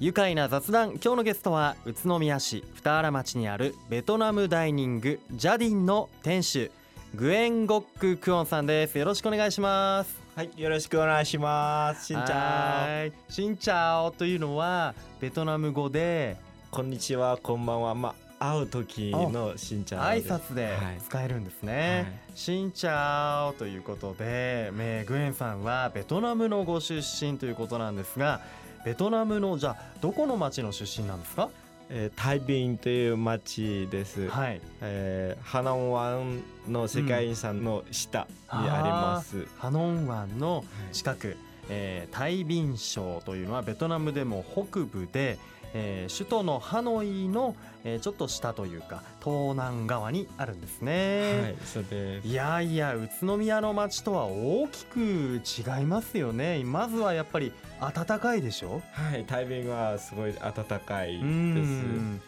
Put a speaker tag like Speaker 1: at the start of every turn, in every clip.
Speaker 1: 愉快な雑談今日のゲストは宇都宮市二原町にあるベトナムダイニングジャディンの店主グエンゴッククオンさんですよろしくお願いします
Speaker 2: はい、よろしくお願いします。しんちゃん、
Speaker 1: んしんちゃおというのはベトナム語で
Speaker 2: こんにちは、こんばんは。まあ、会う時のしんちゃん
Speaker 1: 挨
Speaker 2: です。
Speaker 1: 拶で
Speaker 2: はい
Speaker 1: 使えるんですね、しんちゃおということで、ね、グエンさんはベトナムのご出身ということなんですがベトナムのじゃあどこの町の出身なんですか
Speaker 2: えー、タイビンという町です。
Speaker 1: はい
Speaker 2: えー、ハナン湾の世界遺産の下にあります。
Speaker 1: ハノン湾の近く、えータイビン省というのはベトナムでも北部で、えー首都のハノイの、えーちょっと下というか東南側にあるんですね。
Speaker 2: はい、そうです。
Speaker 1: いやいや宇都宮の街とは大きく違いますよねまずはやっぱり暖かいでしょ
Speaker 2: はい、タイビンはすごい暖かいで
Speaker 1: う
Speaker 2: す。
Speaker 1: ん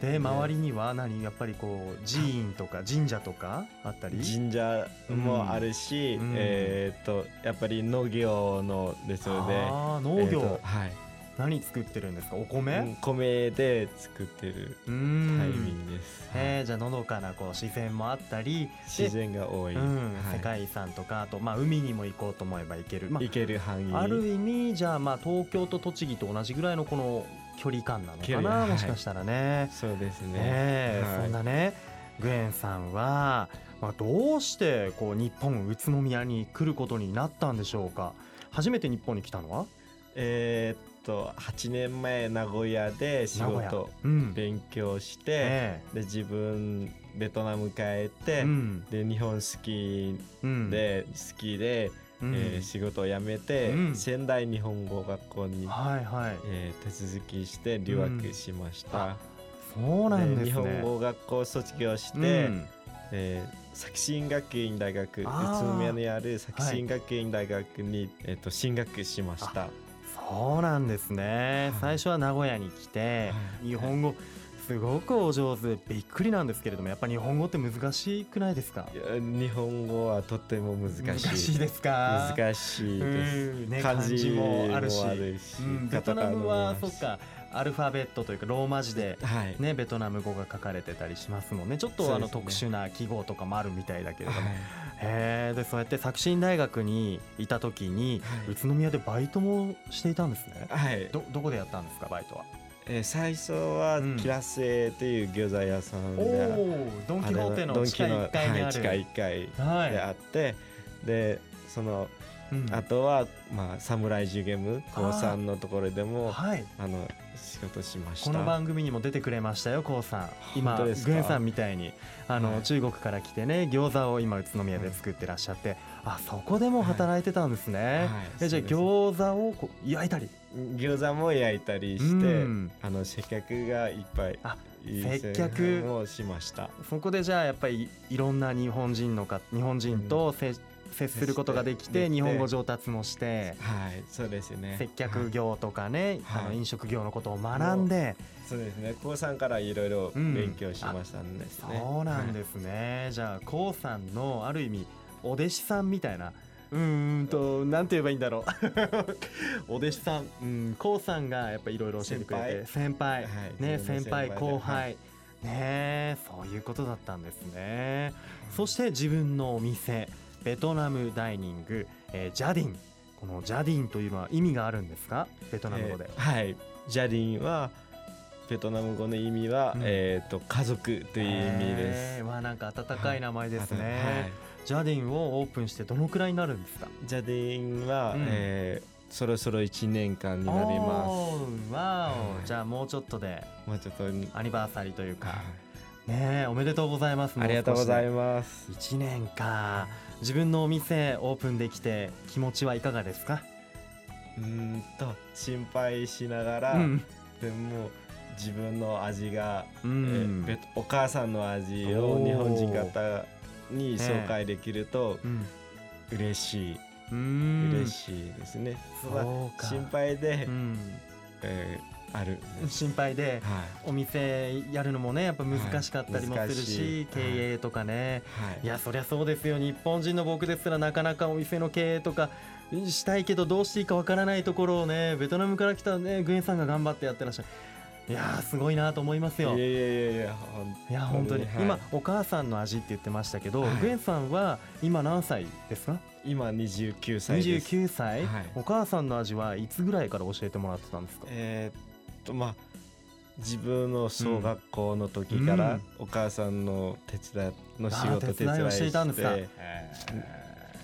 Speaker 1: で
Speaker 2: ね
Speaker 1: 周りには何やっぱりこう寺院とか神社とかあったり
Speaker 2: 神社もあるし、
Speaker 1: うん
Speaker 2: えーっとやっぱり農業のですので、
Speaker 1: あー農
Speaker 2: えーっ
Speaker 1: 業
Speaker 2: と、はい、
Speaker 1: 何作ってるんですかお
Speaker 2: う
Speaker 1: 米
Speaker 2: ん米で作ってる
Speaker 1: う
Speaker 2: タ
Speaker 1: ん
Speaker 2: イミングです。
Speaker 1: えーじゃあのどかなこう自然もあったり
Speaker 2: 自然が多い、
Speaker 1: うん
Speaker 2: はい
Speaker 1: 世界遺産とかあと、まあ、海にも行こうと思えば行ける、ま
Speaker 2: 行ける範囲
Speaker 1: あ、ある意味じゃあまあ東京と栃木と同じぐらいのこの距離感なの
Speaker 2: 距
Speaker 1: か
Speaker 2: 離
Speaker 1: な
Speaker 2: はい
Speaker 1: もしかしたらね。
Speaker 2: そうですね
Speaker 1: ねえ
Speaker 2: はい
Speaker 1: そんなねグエンさんは、まあ、どうしてこう日本宇都宮に来ることになったんでしょうか初めて日本に来たのは
Speaker 2: えーっと8年前名古屋で仕
Speaker 1: 名古屋
Speaker 2: 事
Speaker 1: うん
Speaker 2: 勉強して、
Speaker 1: え
Speaker 2: で自分ベトナム帰って、
Speaker 1: えうん
Speaker 2: で日本好き
Speaker 1: うん
Speaker 2: で、好きで、
Speaker 1: うん
Speaker 2: えー仕事を辞めて、
Speaker 1: うん
Speaker 2: 仙台日本語学校に、
Speaker 1: はいはい
Speaker 2: えー手続きして留学しました、
Speaker 1: そうなんですね
Speaker 2: 日本語学校卒業して、
Speaker 1: うん
Speaker 2: えー作新学院大学宇
Speaker 1: あー
Speaker 2: 都宮にある作新学院大学に、えっと進学しました。
Speaker 1: そうなんですね
Speaker 2: はい
Speaker 1: 最初は名古屋に来て
Speaker 2: はい
Speaker 1: 日本語すごくお上手びっくりなんですけれどもやっぱ日本語って難しくないですか
Speaker 2: いや日本語はとても難しい。
Speaker 1: ですか
Speaker 2: 難しいです。
Speaker 1: うんね漢字もあるしうんベ
Speaker 2: カ
Speaker 1: ト
Speaker 2: タカ
Speaker 1: ナム
Speaker 2: ナもあ
Speaker 1: は
Speaker 2: るし
Speaker 1: そっかアルファベットというかローマ字で
Speaker 2: はい。
Speaker 1: ねベトナム語が書かれてたりしますもんねちょっとあの
Speaker 2: そう
Speaker 1: 特
Speaker 2: です
Speaker 1: 殊な記号とかもあるみたいだけれ
Speaker 2: は
Speaker 1: ども
Speaker 2: い
Speaker 1: へえでそうやって作新大学にいた時に
Speaker 2: はい
Speaker 1: 宇都宮でバイトもしていたんですね
Speaker 2: はい。
Speaker 1: どどこでやったんですかバイトは
Speaker 2: えー最初は
Speaker 1: うん
Speaker 2: キラセという餃子屋さん
Speaker 1: お
Speaker 2: で、
Speaker 1: おドン・キホーテ
Speaker 2: あド
Speaker 1: の
Speaker 2: ン
Speaker 1: 地
Speaker 2: キ
Speaker 1: 下1階にあ
Speaker 2: はい地下
Speaker 1: る
Speaker 2: 一階
Speaker 1: は
Speaker 2: であって、でその
Speaker 1: うん
Speaker 2: あとはまあ侍ジュゲム高三のところでも
Speaker 1: はい
Speaker 2: あの仕事しました。
Speaker 1: この番組にも出てくれましたよこうさん今
Speaker 2: 本当ですか
Speaker 1: グエンさんみたいにあの、
Speaker 2: はい
Speaker 1: 中国から来てね餃子を今宇都宮で作ってらっしゃって、あそこでも働いてたんですね、
Speaker 2: はい
Speaker 1: えじゃあ
Speaker 2: そうです
Speaker 1: 餃子をこう焼いたり
Speaker 2: 餃子も焼いたりして、
Speaker 1: うん
Speaker 2: あの接客がいっぱい
Speaker 1: あ
Speaker 2: いい
Speaker 1: 接客
Speaker 2: をしました
Speaker 1: そこでじゃあやっぱりいろんな日本人のか日本人と接,、接することができ
Speaker 2: 接してて
Speaker 1: 日本語上達もして。
Speaker 2: はいそうですね
Speaker 1: 接客業とかね、
Speaker 2: はい
Speaker 1: あの飲食業のことを学んで、
Speaker 2: そうですね高三からいろいろ
Speaker 1: うん
Speaker 2: 勉強しましたんですね、
Speaker 1: そうなん
Speaker 2: す、
Speaker 1: ですね、じゃあこうさんのある意味お弟子さんみたいなうーんとなんて言えばいいんだろ うお弟子さんうんこうさんがやっぱいろいろ教えてくれて先輩
Speaker 2: はい
Speaker 1: ね
Speaker 2: 自分の
Speaker 1: 先輩
Speaker 2: で
Speaker 1: 後
Speaker 2: は
Speaker 1: 輩
Speaker 2: い
Speaker 1: ねそういうことだったんですねそして自分のお店ベトナムダイニング、えージャディンこのジャディンというのは意味があるんですかベトナム語で
Speaker 2: えーはいジャリンはベトナム語の意味は、
Speaker 1: うん
Speaker 2: えっ、と家族という意味です、
Speaker 1: えーわあなんか温かい名前ですね、
Speaker 2: はい
Speaker 1: ジャディンをオープンしてどのくらいになるんですか
Speaker 2: ジャリンは、
Speaker 1: うん
Speaker 2: えーそろそろ一年間になります
Speaker 1: すわお、
Speaker 2: はい
Speaker 1: じゃあもうちょっとで
Speaker 2: もうちょっと
Speaker 1: アニバーサリーというか
Speaker 2: は
Speaker 1: ねえおめでとうございます
Speaker 2: いありがとうござい
Speaker 1: ま
Speaker 2: ます
Speaker 1: 1年か自分のお店オープンできて気持ちはいかがですか、
Speaker 2: うーんと心配しながら、
Speaker 1: うん
Speaker 2: でも自分の味が、
Speaker 1: う
Speaker 2: え
Speaker 1: ん
Speaker 2: ーべお母さんの味を
Speaker 1: おー
Speaker 2: 日本人方に紹介できると
Speaker 1: うん
Speaker 2: 嬉しい、
Speaker 1: うん
Speaker 2: 嬉しいですね。
Speaker 1: そうか
Speaker 2: 心配で、
Speaker 1: うん
Speaker 2: えーある、
Speaker 1: 心配で
Speaker 2: はい
Speaker 1: お店やるのもねやっぱ難しかったりもするし、
Speaker 2: はい難しい
Speaker 1: 経営とかね、
Speaker 2: はい
Speaker 1: いやそりゃそうですよ日本人の僕ですらなかなかお店の経営とかしたいけどどうしていいかわからないところをねベトナムから来たねグエンさんが頑張ってやってらっしゃるいやーすごいなと思いますよ。
Speaker 2: いやいやいやいやほん
Speaker 1: いや本当に、
Speaker 2: はい
Speaker 1: 今お母さんの味って言ってましたけど、
Speaker 2: はい
Speaker 1: グエンさんは今何歳ですか
Speaker 2: 今29歳です
Speaker 1: 29歳、
Speaker 2: はい
Speaker 1: お母さんの味はいつぐらいから教えてもらってたんですか
Speaker 2: えーっとまあ自分の小学校の時から、お母さんの手伝いの仕
Speaker 1: あー
Speaker 2: 事
Speaker 1: 手
Speaker 2: 手
Speaker 1: 伝
Speaker 2: 伝
Speaker 1: いを
Speaker 2: い
Speaker 1: し
Speaker 2: してて
Speaker 1: いたんですか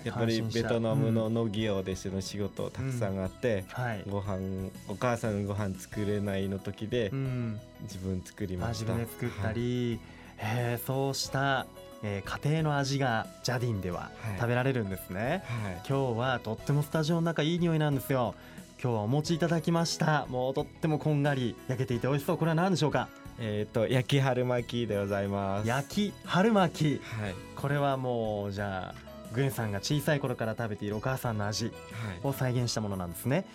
Speaker 2: やっぱりベトナムの農業でその仕事たくさんあって、
Speaker 1: はい、
Speaker 2: ご飯お母さんご飯作れないの時で
Speaker 1: うん、
Speaker 2: 自分作り
Speaker 1: まあ
Speaker 2: ま
Speaker 1: 自
Speaker 2: した、
Speaker 1: 分で作ったり、えーそうした、えー家庭の味がジャディンでは
Speaker 2: はい
Speaker 1: 食べられるんですね、
Speaker 2: はい、はい
Speaker 1: 今日はとってもスタジオの中いい匂いなんですよ今日はお持ちいただきましたもうとってもこんがり焼けていて美味しそうこれは何でしょうか
Speaker 2: えーっと焼き春巻きでございます
Speaker 1: 焼き春巻き
Speaker 2: はい
Speaker 1: これはもうじゃあグエンさんが小さい頃から食べているお母さんの味
Speaker 2: は
Speaker 1: を再現したものなんですね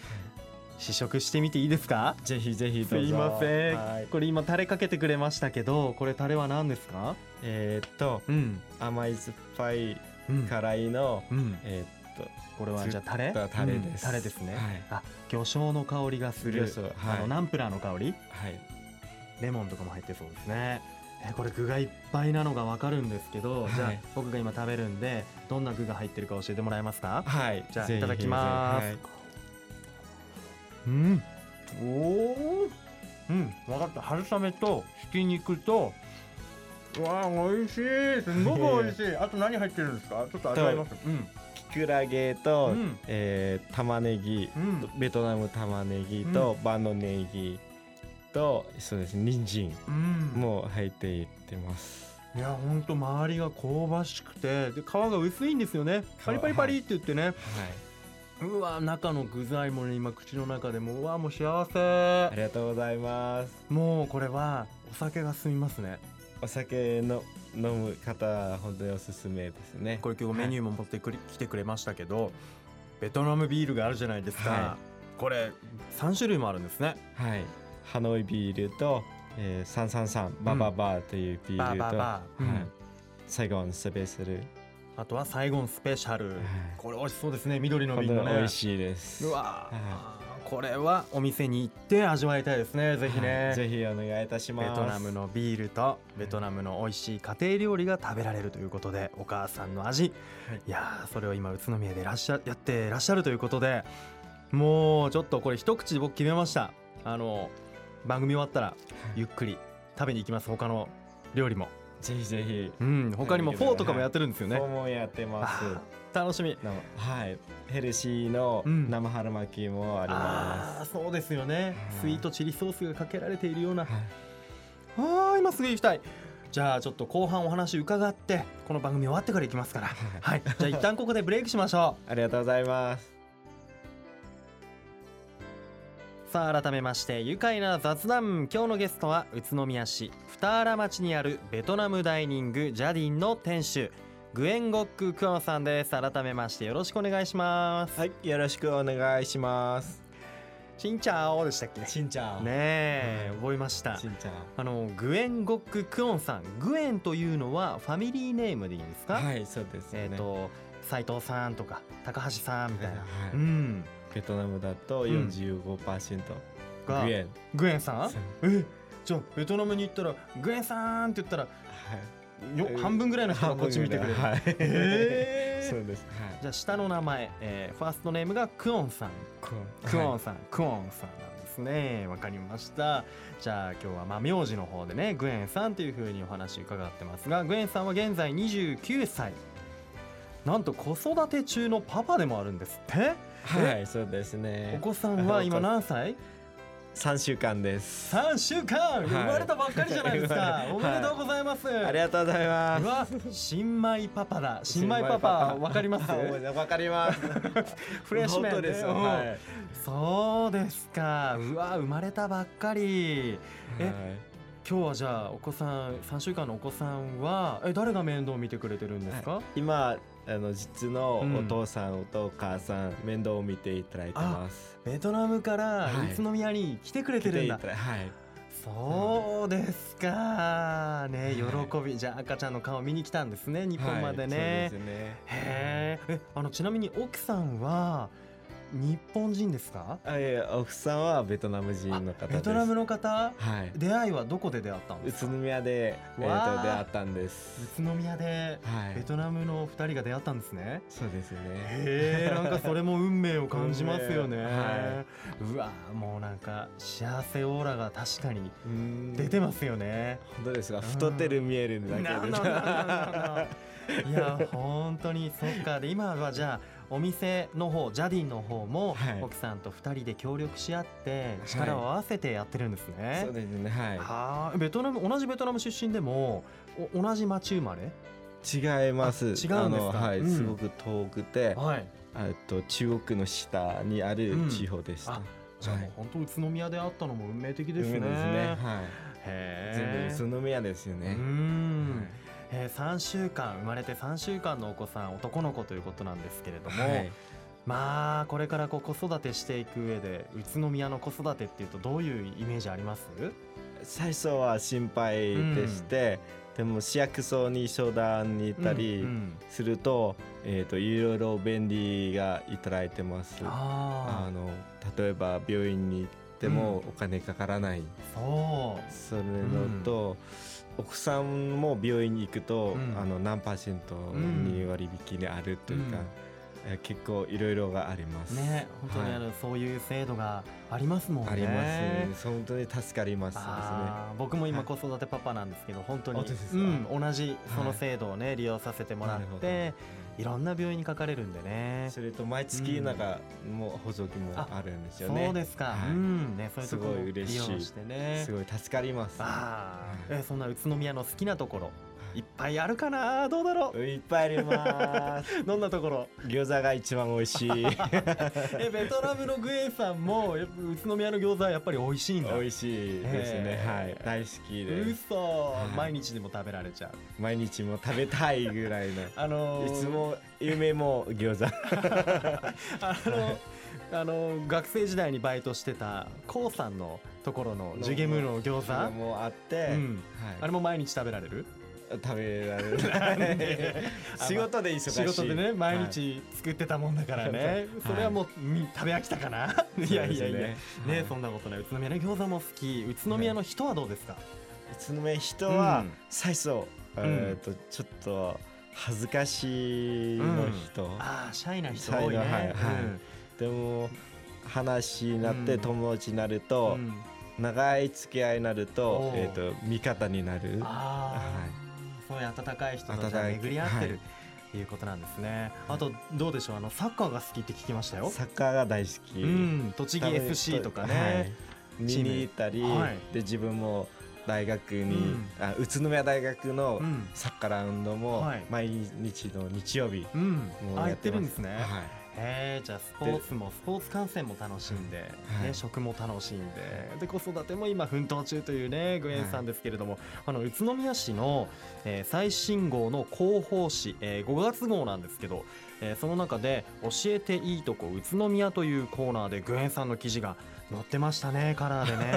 Speaker 1: 試食してみていいですか
Speaker 2: いぜひぜひ
Speaker 1: す
Speaker 2: どうぞ
Speaker 1: いませ
Speaker 2: はい
Speaker 1: んこれ今タレかけてくれましたけどこれタレは何ですか
Speaker 2: えーっと
Speaker 1: うん
Speaker 2: 甘い酸っぱい
Speaker 1: うん
Speaker 2: 辛いの、
Speaker 1: うん
Speaker 2: え
Speaker 1: これはじゃあタレ
Speaker 2: 作ったタレです
Speaker 1: うんタレですね、
Speaker 2: はい
Speaker 1: あ魚醤の香りがする
Speaker 2: 魚醤はい
Speaker 1: あのナンプラーの香り
Speaker 2: ーはい
Speaker 1: レモンとかも入ってそうですねえこれ具がいっぱいなのがわかるんですけど、
Speaker 2: はい
Speaker 1: じゃあ僕が今食べるんでどんな具が入ってるか教えてもらえますか
Speaker 2: はい
Speaker 1: じゃあ
Speaker 2: ぜひ
Speaker 1: いただきます
Speaker 2: はい
Speaker 1: うんおおうん分かった春雨とひき肉とわあ美味しいす
Speaker 2: ごく美味
Speaker 1: し いあと何入ってるんですかちょっと
Speaker 2: 味わいます
Speaker 1: うん
Speaker 2: きくらげと、
Speaker 1: うん
Speaker 2: えー玉ねぎ、
Speaker 1: うん
Speaker 2: ベトナム玉ねぎと、万能ネギとそうですね人参
Speaker 1: うん
Speaker 2: も入っていってます、
Speaker 1: いやほんと周りが香ばしくてで皮が薄いんですよね
Speaker 2: 皮
Speaker 1: パリパリパリって言ってね、
Speaker 2: はいう
Speaker 1: わ中の具材もね今口の中でもうわもう幸
Speaker 2: あ
Speaker 1: せ
Speaker 2: りがとうございます
Speaker 1: もうこれはお酒が進みますね
Speaker 2: お酒の飲む方は本当におすすめですね
Speaker 1: これ今日メニューも持ってくれ、来てくれましたけどベトナムビールがあるじゃないですか、
Speaker 2: は
Speaker 1: これ3種類もあるんですね
Speaker 2: はいハノイビールと、えー、333バババーというビー
Speaker 1: バ
Speaker 2: ル
Speaker 1: ー
Speaker 2: と、
Speaker 1: バーバー、
Speaker 2: は
Speaker 1: う
Speaker 2: い
Speaker 1: ん、
Speaker 2: サイゴンスペースル
Speaker 1: あとはサイゴンスペシャル、これ美味しそうですね緑の
Speaker 2: 本
Speaker 1: 瓶の
Speaker 2: 当に美
Speaker 1: ね
Speaker 2: 味しいです
Speaker 1: うわー、これはお店に行って味わいたいですねぜひね、
Speaker 2: はいぜひお願いいたし
Speaker 1: ベ
Speaker 2: ます
Speaker 1: トナムのビールとベトナムの美味しい家庭料理が食べられるということでお母さんの味、
Speaker 2: はいい、
Speaker 1: やーそれを今宇都宮でらっしゃやってらっしゃるということでもうちょっとこれ一口僕決めましたあの番組終わったらゆっくり食べに行きます他の料理も
Speaker 2: ぜひぜひ
Speaker 1: うん他にも
Speaker 2: はい
Speaker 1: フォーとかもやってるんですよね
Speaker 2: 訪問やってます
Speaker 1: あー楽しみ
Speaker 2: 生はいヘルシーの
Speaker 1: うん
Speaker 2: 生春巻きもありま
Speaker 1: あーそうですよね
Speaker 2: はい
Speaker 1: スイートチリソースがかけられているような
Speaker 2: す、はい
Speaker 1: あー今すぐ行きたいじゃあちょっと後半お話伺ってこの番組終わってから行きますから はいじゃあ一旦ここでブレイクしましょ
Speaker 2: ありがとうございます
Speaker 1: うさあ改めまして愉快な雑談今日のゲストは宇都宮市二原町にあるベトナムダイニングジャディンの店主グエンゴッククオンさんです改めましてよろしくお願いします
Speaker 2: はいよろしくお願いします
Speaker 1: チンチャオでしたっけね
Speaker 2: しんちゃん
Speaker 1: え
Speaker 2: はい
Speaker 1: 覚えました
Speaker 2: しんちゃん
Speaker 1: あのグエンゴッククオンさんグエンというのはファミリーネームでいいんですか、
Speaker 2: はいそうですね
Speaker 1: えっ、と斉藤さんとか高橋さんみたいな、
Speaker 2: はい
Speaker 1: うん
Speaker 2: ベトナムだと
Speaker 1: うん
Speaker 2: 45%
Speaker 1: が
Speaker 2: グエン
Speaker 1: グエンさん
Speaker 2: そう
Speaker 1: えじゃあベトナムに行ったらグエンさんって言ったらよ
Speaker 2: はい
Speaker 1: 半分ぐらいの人がこっち見てくれる、
Speaker 2: はい
Speaker 1: え
Speaker 2: そうですはい
Speaker 1: じゃあ下の名前、えーファーストネームがクオンさん
Speaker 2: クオン
Speaker 1: クオンさん、クオンさんなんですねわかりましたじゃあ今日はまあ名字の方でねグエンさんというふうにお話伺ってますがグエンさんは現在29歳なんと子育て中のパパでもあるんですって
Speaker 2: はいはいそうです
Speaker 1: お
Speaker 2: ね
Speaker 1: 子さんは今何歳
Speaker 2: 三週間です
Speaker 1: 3週間
Speaker 2: い
Speaker 1: 生まれたばっかりじゃないですか、
Speaker 2: はい
Speaker 1: おめでとうございます、
Speaker 2: ありがとうございま
Speaker 1: う
Speaker 2: す
Speaker 1: わ新米パパだ新米パパわかります
Speaker 2: わかります
Speaker 1: フレッシュメン
Speaker 2: 本当
Speaker 1: ね
Speaker 2: です
Speaker 1: うん
Speaker 2: はい
Speaker 1: そうですかうわ生まれたばっかりえ
Speaker 2: はい
Speaker 1: 今日はじゃあお子さん3週間のお子さんはえ誰が面倒を見てくれてるんですか、
Speaker 2: 今あの実の
Speaker 1: うん
Speaker 2: お父さんとお母さん面倒を見ていただいてます
Speaker 1: ベトナムから
Speaker 2: はい
Speaker 1: 宇都宮に来てくれてるんだ、
Speaker 2: 来いただはい
Speaker 1: そうですかね
Speaker 2: はい
Speaker 1: 喜びじゃあ赤ちゃんの顔見に来たんですね日本までね、
Speaker 2: はいそうですね
Speaker 1: へーえあのちなみに奥さんは日本人ですか
Speaker 2: あいやいや奥さんはベトナム人の方
Speaker 1: あ
Speaker 2: です
Speaker 1: ベトナムの方
Speaker 2: はい
Speaker 1: 出会いはどこで出会ったんで
Speaker 2: 宇
Speaker 1: す
Speaker 2: 都
Speaker 1: か
Speaker 2: 宮で、えー、
Speaker 1: わ
Speaker 2: と
Speaker 1: あ
Speaker 2: 出会ったんです
Speaker 1: 宇都宮で
Speaker 2: はい
Speaker 1: ベトナムの2人が出会ったんですね
Speaker 2: そうですね
Speaker 1: へえなんかそれも運命を感じますよね、
Speaker 2: 運命 は
Speaker 1: うわもうなんか幸せオーラが確かに出
Speaker 2: 出
Speaker 1: てますよね、
Speaker 2: 本当ですか太ってる見えるだけで
Speaker 1: なななななない や本当にそっかで今はじゃあお店の方ジャディの方も
Speaker 2: はい
Speaker 1: 奥さんと2人で協力し合って力を合わせてやってるんですね
Speaker 2: そう。ですねはい
Speaker 1: はあベトナム同じベトナム出身でもお同じ町生まれ、
Speaker 2: 違います。
Speaker 1: あ違うんですか
Speaker 2: あのはい、
Speaker 1: うん
Speaker 2: すごく遠くて、
Speaker 1: はい、
Speaker 2: えっと中国の下にある
Speaker 1: うん
Speaker 2: 地方でした。
Speaker 1: あじゃあもう本当宇都宮で会ったのも運命的ですね。
Speaker 2: 有名ですね。はい。
Speaker 1: へえ
Speaker 2: 全部宇都宮ですよね
Speaker 1: う。ん
Speaker 2: はい
Speaker 1: えー、3週間生まれて3週間のお子さん男の子ということなんですけれども、
Speaker 2: はい。
Speaker 1: まあこれからこう子育てしていく上で宇都宮の子育てっていうとどういうイメージあります
Speaker 2: 最初は心配でして、でも市役所に商談に行った
Speaker 1: うんう
Speaker 2: り
Speaker 1: ん
Speaker 2: すると、えっといろいろ便利がいただいてます。あ
Speaker 1: あ
Speaker 2: の例えば病院に行って
Speaker 1: う
Speaker 2: もお金かからない。
Speaker 1: あそ
Speaker 2: それのと、奥さんも病院に行くと、
Speaker 1: うん
Speaker 2: あの何パーセントに割引であるという
Speaker 1: う
Speaker 2: か、
Speaker 1: ん
Speaker 2: えー結構いろいろがあります。
Speaker 1: うね本当にあ
Speaker 2: はい
Speaker 1: の、そういう制度がありますもんね。
Speaker 2: あります、ね。本当に助かりますですね。
Speaker 1: あー僕も今
Speaker 2: はい
Speaker 1: 子育てパパなんですけど本当に
Speaker 2: あそうです
Speaker 1: う
Speaker 2: か
Speaker 1: ん、同じその制度をね、利用させてもらっていろんな病院にかかれるんでね
Speaker 2: それと毎月なんかもう補助金もあるんですよね。
Speaker 1: そうですか、
Speaker 2: はい
Speaker 1: うんねそういうところ
Speaker 2: すごい嬉しい
Speaker 1: 利用してね
Speaker 2: すごい助かります。
Speaker 1: ああ、
Speaker 2: はい
Speaker 1: えそんな宇都宮の好きなところいっぱいあるかなどうだろう
Speaker 2: いっぱいあり ます。
Speaker 1: どんなとこ ろ
Speaker 2: 餃子が一番美味しい。
Speaker 1: えベトナムのグエンさんもやっぱ宇都宮の餃子はやっぱり美味しいんだ
Speaker 2: 美味しいですね。
Speaker 1: へー
Speaker 2: はい、大好きです。
Speaker 1: 嘘、
Speaker 2: い
Speaker 1: 毎日でも食べられちゃう
Speaker 2: 毎日も食べたいぐらいの。
Speaker 1: あの
Speaker 2: い
Speaker 1: ー
Speaker 2: つも夢も餃子。
Speaker 1: あの あの学生時代にバイトしてたコウさんのところのジュゲムールの餃
Speaker 2: が
Speaker 1: 子
Speaker 2: もあって、
Speaker 1: うんあ
Speaker 2: はい
Speaker 1: れも毎日食べられる
Speaker 2: 食べら
Speaker 1: な
Speaker 2: れ
Speaker 1: ん
Speaker 2: ない
Speaker 1: で
Speaker 2: 仕事で忙しい
Speaker 1: 仕事でね毎、日作ってたもんだからね、
Speaker 2: はい
Speaker 1: それはもう、み食べ飽きたかな
Speaker 2: はい
Speaker 1: いやいやい
Speaker 2: そう
Speaker 1: や
Speaker 2: で
Speaker 1: ね,、
Speaker 2: すねはい
Speaker 1: そんなことない宇都宮の餃子も好き宇都宮の人はどうですか、
Speaker 2: いつの間に人は、
Speaker 1: うん
Speaker 2: 最初、えっとちょっと恥ずかしいの人、
Speaker 1: ああシャイな人多いね、
Speaker 2: シャイなはいはい
Speaker 1: うん
Speaker 2: でも話になって
Speaker 1: うん
Speaker 2: 友達になると、
Speaker 1: うん
Speaker 2: 長い付き合いになると
Speaker 1: おう
Speaker 2: えっと味方になる
Speaker 1: ああ、
Speaker 2: はい
Speaker 1: そういう温かい人と
Speaker 2: 温
Speaker 1: じゃあ
Speaker 2: かい
Speaker 1: 巡り合ってる、、
Speaker 2: はい
Speaker 1: うことなんですねあとどうでしょうあのサッカーが好きって聞きましたよ
Speaker 2: サッカーが大好き、
Speaker 1: うん栃木 FC とかね、
Speaker 2: はい見に行ったり、
Speaker 1: はい
Speaker 2: で自分も大学に、
Speaker 1: うん
Speaker 2: あ宇都宮大学の
Speaker 1: うん
Speaker 2: サッカーラウンドも
Speaker 1: はい
Speaker 2: 毎日の日曜日
Speaker 1: うん
Speaker 2: も
Speaker 1: あ
Speaker 2: う
Speaker 1: やっ
Speaker 2: やってて
Speaker 1: る
Speaker 2: ます、
Speaker 1: んですね、
Speaker 2: はい
Speaker 1: へえじゃあスポーツもスポーツ観戦も楽しんで、
Speaker 2: は
Speaker 1: ね、
Speaker 2: い
Speaker 1: 食も楽しんでで子育ても今奮闘中というねグエンさんですけれども、あの宇都宮市の、えー最新号の広報誌、えー5月号なんですけど、えーその中で「教えていいとこ宇都宮」というコーナーでグエンさんの記事が載ってましたねカラーでね。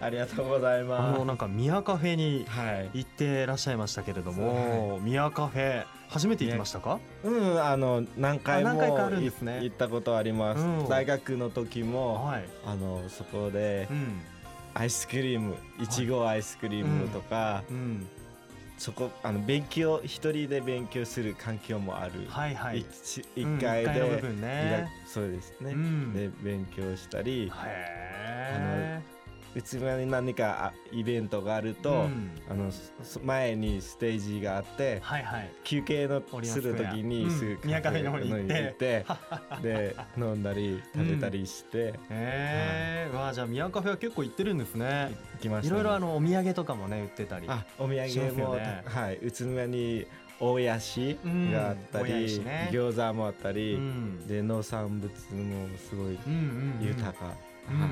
Speaker 2: ありがとうござい
Speaker 1: あ
Speaker 2: ま
Speaker 1: のなんか宮カフェに
Speaker 2: すはい
Speaker 1: 行ってらっしゃいましたけれども、宮カフェ初めて行きましたか、
Speaker 2: うんあの何回も
Speaker 1: あ何回かあるんですね
Speaker 2: い行ったことあります、
Speaker 1: うん
Speaker 2: 大学の時も、
Speaker 1: はい、
Speaker 2: あのそこで
Speaker 1: うん
Speaker 2: アイスクリームいちごアイスクリームとか、
Speaker 1: うん、
Speaker 2: そこあの勉強一人で勉強する環境もある、
Speaker 1: はいはい
Speaker 2: 一
Speaker 1: うん
Speaker 2: 一階で、
Speaker 1: の部分
Speaker 2: リラッ
Speaker 1: ね
Speaker 2: ク。そうですね、
Speaker 1: うん
Speaker 2: で勉強したり
Speaker 1: へ
Speaker 2: うつまに何かあイベントがあると、
Speaker 1: うん
Speaker 2: あのそ前にステージがあって
Speaker 1: はいはい。
Speaker 2: 休憩の
Speaker 1: オリオンス
Speaker 2: す
Speaker 1: クエ
Speaker 2: る
Speaker 1: ア
Speaker 2: 時にす
Speaker 1: う
Speaker 2: ぐ
Speaker 1: ん宮壁の方に行って
Speaker 2: で飲んだり食べたりして、
Speaker 1: へえ。わあじゃあミヤカフェは結構行ってるんですね。
Speaker 2: 行きまし
Speaker 1: い
Speaker 2: た、
Speaker 1: ろいろあのお土産とかもね売ってたり。
Speaker 2: あお土
Speaker 1: しま
Speaker 2: 産
Speaker 1: すよ
Speaker 2: も、
Speaker 1: ね
Speaker 2: はい宇都宮に大谷市があった
Speaker 1: うん大谷
Speaker 2: り、
Speaker 1: 市ね
Speaker 2: 餃子もあった
Speaker 1: う
Speaker 2: り、
Speaker 1: ん。
Speaker 2: で農産物もすごい
Speaker 1: うんうんうん
Speaker 2: 豊か、
Speaker 1: うん
Speaker 2: はい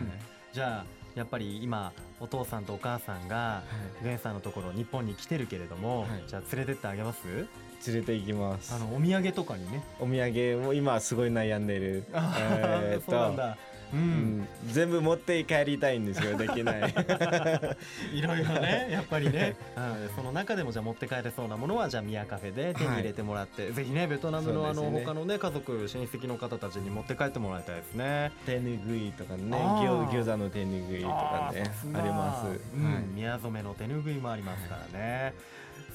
Speaker 1: じゃあやっぱり今お父さんとお母さんがグエンさんのところ日本に来てるけれども、
Speaker 2: はい
Speaker 1: じゃあ連れてってあげます？
Speaker 2: 連れて行きます
Speaker 1: あのお土産とかにね。
Speaker 2: お土産も今すごい悩んでる。
Speaker 1: あー
Speaker 2: えーっ
Speaker 1: そうなんだ。うん
Speaker 2: うん全部持って帰りたいんですよできない
Speaker 1: いろいろね、やっぱり ね、うんその中でもじゃあ持って帰れそうなものはじゃあミヤカフェで手に入れてもらって、ぜひねベトナムのあの、
Speaker 2: そうですね
Speaker 1: 他のね家族親戚の方たちに持って帰ってもらいたいですね。
Speaker 2: 手ぬぐいとかね
Speaker 1: あー
Speaker 2: 餃餃子の手ぬぐいとかねあります、
Speaker 1: うん
Speaker 2: はい
Speaker 1: 宮染めの手ぬぐいもありますからね。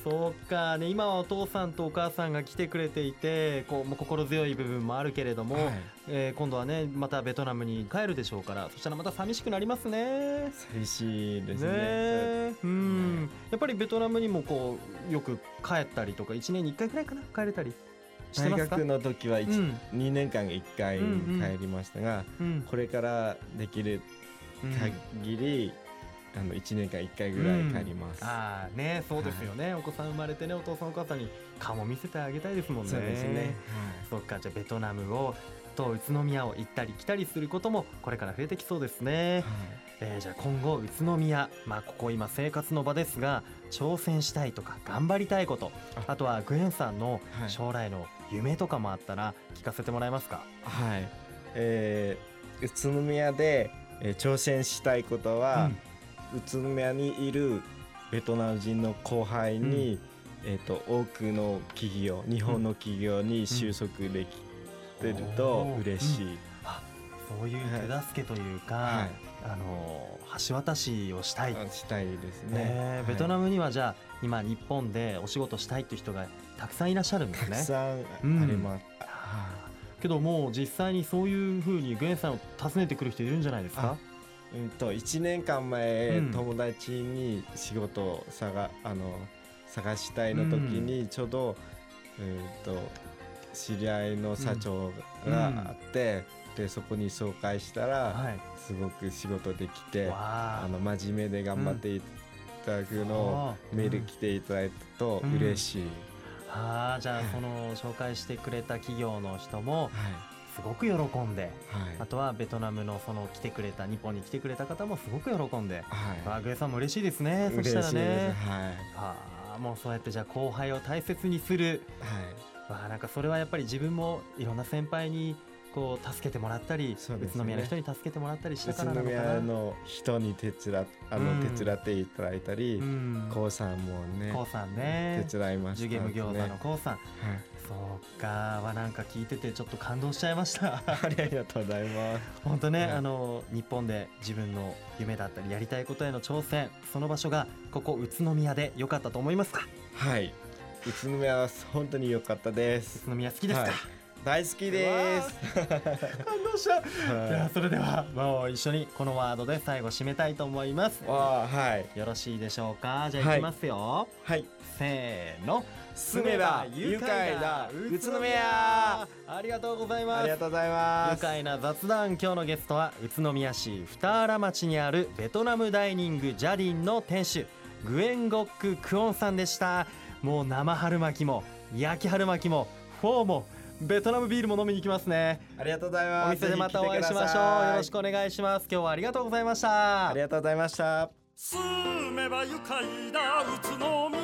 Speaker 1: そうかね今はお父さんとお母さんが来てくれていてこうもう心強い部分もあるけれども、
Speaker 2: はい
Speaker 1: えー今度はねまたベトナムに帰るでしょうからそしたらまた寂しくなりますね。
Speaker 2: 寂しいです
Speaker 1: ね
Speaker 2: ね
Speaker 1: えうん、
Speaker 2: ね
Speaker 1: やっぱりベトナムにもこうよく帰ったりとか1年に1回くらいかな帰れたりして
Speaker 2: 大
Speaker 1: ますか
Speaker 2: 学の時は
Speaker 1: う
Speaker 2: 2
Speaker 1: ん
Speaker 2: 年間1回
Speaker 1: うんうん
Speaker 2: 帰りましたが、
Speaker 1: うん
Speaker 2: これからできる
Speaker 1: うん
Speaker 2: 限り、あの1年間1回ぐらい帰ります、
Speaker 1: ああねそうですよね、お子さん生まれてねお父さんお母さんに顔も見せてあげたいですもんね
Speaker 2: そうですね、
Speaker 1: そっかじゃあベトナムをと宇都宮を行ったり来たりすることもこれから増えてきそうですね、えーじゃあ今後宇都宮まあここ今生活の場ですが挑戦したいとか頑張りたいこと
Speaker 2: あ
Speaker 1: あとはグエンさんの
Speaker 2: はい
Speaker 1: 将来の夢とかもあったら聞かせてもらえますか、
Speaker 2: はい、えー宇都宮で、えー挑戦したいことは、宇都宮にいるベトナム人の後輩に、えー、と多くの企業日本の企業に就職できてると嬉しい、
Speaker 1: あそういう手助けというか、
Speaker 2: はい
Speaker 1: あの橋渡しをしたい、ね
Speaker 2: あしたいですね
Speaker 1: えベトナ
Speaker 2: ム
Speaker 1: ムにはじゃあ今日本でお仕事したいっていう人がたくさんいらっしゃるんで
Speaker 2: た
Speaker 1: す
Speaker 2: く
Speaker 1: ね。
Speaker 2: さんあります、
Speaker 1: あーけどもう実際にそういうふうにグエンさんを訪ねてくる人いるんじゃないですか
Speaker 2: うんと1年間前、
Speaker 1: うん
Speaker 2: 友達に仕事を探あの探したいの時にちょうど、えー、と知り合いの社長があって、でそこに紹介したら、
Speaker 1: はい
Speaker 2: すごく仕事できて
Speaker 1: わ
Speaker 2: あ
Speaker 1: あ
Speaker 2: の真面目で頑張っていただくのを、メール来ていただいたと嬉しい、
Speaker 1: あーじゃあその紹介してくれた企業の人もすごく喜んで
Speaker 2: はい
Speaker 1: あ
Speaker 2: はい
Speaker 1: とはベトナムのその来てくれた日本に来てくれた方もすごく喜んで、
Speaker 2: は
Speaker 1: あグエさんも嬉しいですね
Speaker 2: い
Speaker 1: そ
Speaker 2: 嬉し
Speaker 1: し
Speaker 2: い
Speaker 1: た
Speaker 2: で
Speaker 1: ら
Speaker 2: す、
Speaker 1: ね
Speaker 2: はい
Speaker 1: あーもうそうやってじゃあ後輩を大切にする
Speaker 2: はい
Speaker 1: わあなんかそれはやっぱり自分もいろんな先輩にこう助けてもらったり、
Speaker 2: そうですね
Speaker 1: 宇都宮の人に助けてもらったりし
Speaker 2: 宇
Speaker 1: たからな
Speaker 2: 都
Speaker 1: のか
Speaker 2: 宮
Speaker 1: な。
Speaker 2: の人に手伝っあ
Speaker 1: うん
Speaker 2: の手伝っていただいたり、
Speaker 1: うん、
Speaker 2: こうさんもね
Speaker 1: こうさんね
Speaker 2: 手伝いました
Speaker 1: ジュ
Speaker 2: ね
Speaker 1: ゲム餃子のこうさん、
Speaker 2: はい
Speaker 1: そうかはなんか聞いててちょっと感動しちゃいました。
Speaker 2: ありがとうございます
Speaker 1: 本当ね、
Speaker 2: はい
Speaker 1: あの日本で自分の夢だったりやりたいことへの挑戦その場所がここ宇都宮で良かったと思いますか
Speaker 2: はい宇都宮は本当に良かったで
Speaker 1: 宇
Speaker 2: す
Speaker 1: 都宮好きですか、
Speaker 2: はい大好きです
Speaker 1: 感動した、い、や
Speaker 2: は
Speaker 1: それではもう一緒にこのワードで最後締めたいと思います
Speaker 2: いわあはい
Speaker 1: よろしいでしょうかじゃあ
Speaker 2: はいい
Speaker 1: きますよ、
Speaker 2: はい
Speaker 1: せーの
Speaker 2: 住めば愉快だ宇都宮
Speaker 1: ありがとうござい
Speaker 2: あ
Speaker 1: ます
Speaker 2: りがとうござい
Speaker 1: 愉
Speaker 2: ます
Speaker 1: 快な雑談今日のゲストは宇都宮市二原町にあるベトナムダイニングジャディンの店主グエンゴック・クオンさんでしたもう生春巻きも焼き春巻きもフォーもベトナムビールも飲みに行きますね
Speaker 2: ありがとうございます
Speaker 1: お店でまたお会いしましょうよろしくお願いします今日はありがとうございました
Speaker 2: ありがとうございました
Speaker 3: 住めば愉快だ宇都宮